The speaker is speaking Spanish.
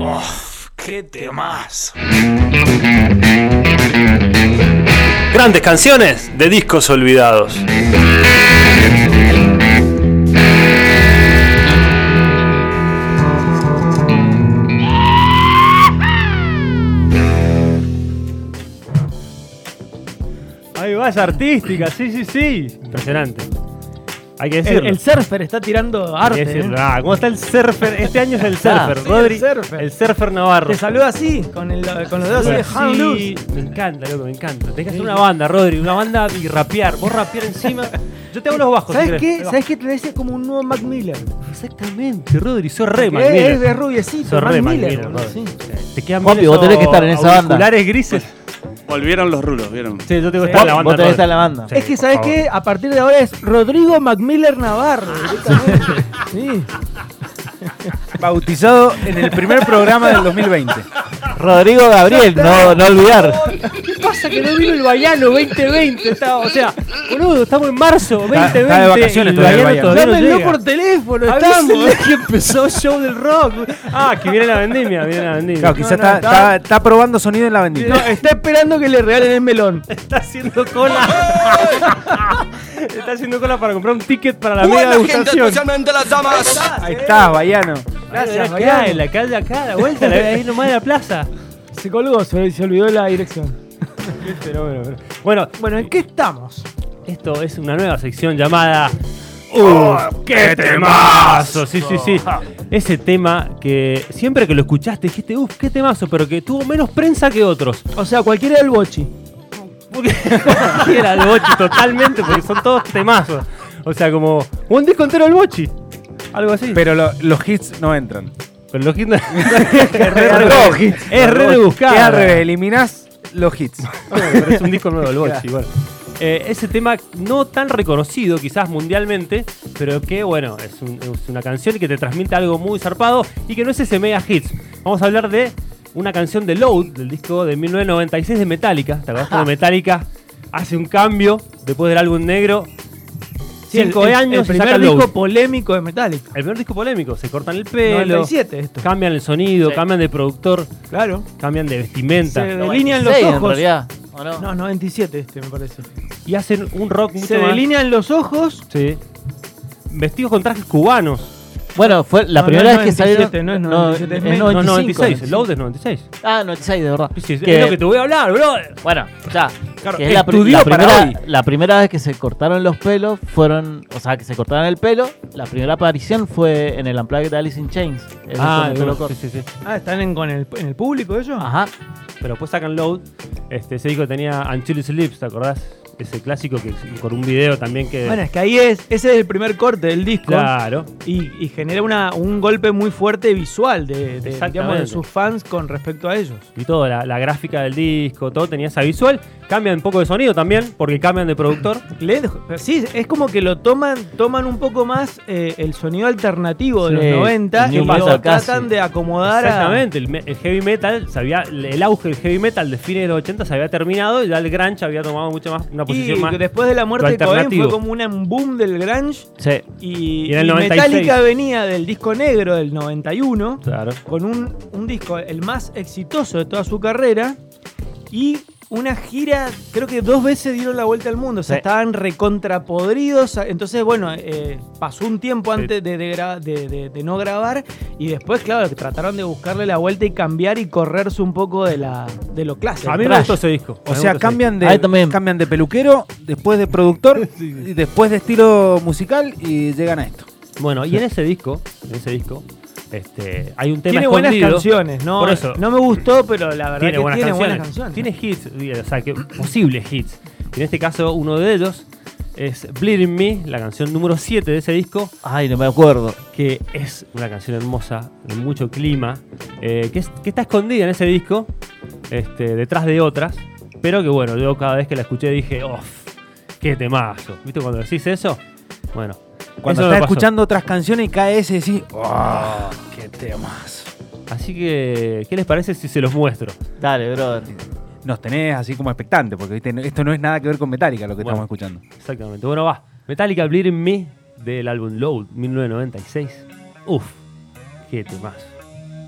Oh, ¡Qué temas! Grandes canciones de discos olvidados. Ahí va, es artística, sí, sí, sí. Impresionante. Hay que El, decirlo. el surfer está tirando Hay que arte. decirlo. ¿eh? Ah, ¿cómo está el surfer? Este año es el Ah, surfer, sí, Rodri. el surfer. el surfer Navarro. Te saluda así, con, el- con los dedos así de Bueno, hand sí, loose. Me encanta, loco, me encanta. Tenés que hacer una banda, Rodri, una banda y rapear. Vos rapear encima. Yo te hago los bajos. ¿Sabes si qué? querés. ¿Sabes qué? Te dice como un nuevo Mac Miller. Exactamente, Rodri. Sos re Que Mac es- Miller. Es de rubiecito, Sos Mac re Mac Miller. Miller, boludo, Rodri. sí. Te quedan Juanpi, bien vos tenés esos que estar en esa banda. auriculares grises. Volvieron los rulos, ¿vieron? Sí, yo tengo que Sí. estar en la banda. Vos tenés que estar en Rodri. la banda. Sí, Es que, por ¿sabes favor. qué? A partir de ahora es Rodrigo Mac Miller Navarro. directamente. sí. Bautizado en el primer programa del 2020. Rodrigo Gabriel, no, no olvidar. ¿Qué pasa que no vino el Bayano 2020? Estaba, o sea, Boludo, estamos en marzo 2020. está de vacaciones y todavía Mariano el Bayano. todavía no dámelo llega. por teléfono, estamos. Avísenle que empezó show del rock. Ah, que viene la vendimia, viene la vendimia. Claro, quizás No, no, está, está- está- está probando sonido en la No, bendita. está esperando que le regalen el melón. Está haciendo cola. Está haciendo cola para comprar un ticket para la media degustación. Ahí estás, Bayano. Gracias, acá, en Bayano. la calle acá, a la vuelta, la- ahí nomás de la plaza. Se colgó, se, se olvidó la dirección. Bueno, Bueno, ¿en qué estamos? esto es una nueva sección llamada. ¡Uh! ¡Qué temazo! Ah. Sí, sí, sí. Ese tema que siempre que lo escuchaste dijiste, ¡Uf! ¡Qué temazo! Pero que tuvo menos prensa que otros. O sea, cualquiera del bochi. Porque era el bochi totalmente, porque son todos temazos. O sea, como un disco entero del bochi. Algo así. Pero lo- los hits no entran. Pero los Kinder- es re, Los rebuscado. hits. es re rebuscado. Es al revés, eliminás los hits. Pero es Ah, un disco nuevo el Bochi, bueno. Eh, ese tema no tan reconocido quizás mundialmente, pero que bueno, es, un- es una canción que te transmite algo muy zarpado y que no es ese mega hits. Vamos a hablar de una canción de Load, del disco de 1996 de Metallica. ¿Te acordás cuando Metallica hace un cambio después del álbum negro? Cinco el, el- años El y saca primer disco Load. polémico de Metallica. El primer disco polémico, se cortan el pelo, 97 esto. cambian el sonido, cambian de productor, Claro. cambian de vestimenta. Se delinean los 96 en ojos. realidad. ¿o no? No, 97 este me parece. y hacen un rock mucho Se más- delinean los ojos. Sí. Vestidos con trajes cubanos. Bueno, fue la No, primera no es vez que salieron. 97, no es 97, es es menos. No, 95, 96. El Loud es 96. Ah, 96, de verdad. Sí, sí, Que- Es lo que te voy a hablar, bro. Bueno, ya. Claro, que es la, pri- estudió la para primera, hoy. la primera vez que se cortaron los pelos fueron. O sea, que se cortaron el pelo. La primera aparición fue en el Unplugged de Alice in Chains. Ellos con el pelo bueno, corto. sí, sí, sí. Ah, ¿están en, con el, en el público ellos? Ah, Ajá. Pero después sacan Loud. Este, ese disco que tenía Until It Sleeps, ¿te acordás? Ese clásico que con un video también que. Bueno, es que ahí es, ese es el primer corte del disco claro. y, y genera una, un golpe muy fuerte visual de, de, Exactamente. digamos, de sus fans con respecto a ellos. Y todo, la, la gráfica del disco, todo tenía esa visual. Cambian un poco de sonido también, porque cambian de productor. Le- pero sí, es como que lo toman, toman un poco más eh, el sonido alternativo de Sí, los 90 New y lo Metal casi. tratan de acomodar a- Exactamente, el, me- el heavy metal, se había- el auge del heavy metal de fines de los 80 se había terminado y ya el grunge había tomado mucho más, una posición Y más. después de la muerte lo de Cobain fue alternativo. como una- un boom del grunge Sí. y, Y en el y 96. Metallica venía del disco negro del 91 Claro. con un, un disco, el más exitoso de toda su carrera, y una gira, creo que dos veces dieron la vuelta al mundo, o sea, Sí. estaban recontrapodridos, entonces, bueno, eh, pasó un tiempo antes de, de gra- de- de- de no grabar, y después, claro, que trataron de buscarle la vuelta y cambiar y correrse un poco de, la, de lo clásico. A mí me Trash. gustó ese disco. O sea, cambian de, Ahí también. cambian de peluquero, después de productor, y después de estilo musical y llegan a esto. Bueno, y en ese disco, en ese disco, este, hay un tema Tiene buenas escondido. canciones, ¿no? Por eso. No me gustó, pero la verdad Tiene, que buenas, tiene canciones. buenas canciones. Tiene hits, y, o sea, que posibles hits. Y en este caso, uno de ellos es Bleeding Me, la canción número 7 de ese disco, Ay, no me acuerdo. que es una canción hermosa, de mucho clima, eh, que, es- que está escondida en ese disco, este, detrás de otras, pero que bueno, yo cada vez que la escuché dije, uff, qué temazo. ¿Viste cuando decís eso? Bueno, Cuando eso me estás pasó. escuchando otras canciones y cae ese y decís, "Oh, qué temas! Así que, ¿qué les parece si se los muestro? Dale, brother. Nos tenés así como expectante, porque ¿viste? esto no es nada que ver con Metallica lo que Bueno. estamos escuchando. Exactamente. Bueno, va. Metallica Bleeding Me del álbum Load 1996. Uf, Qué temas.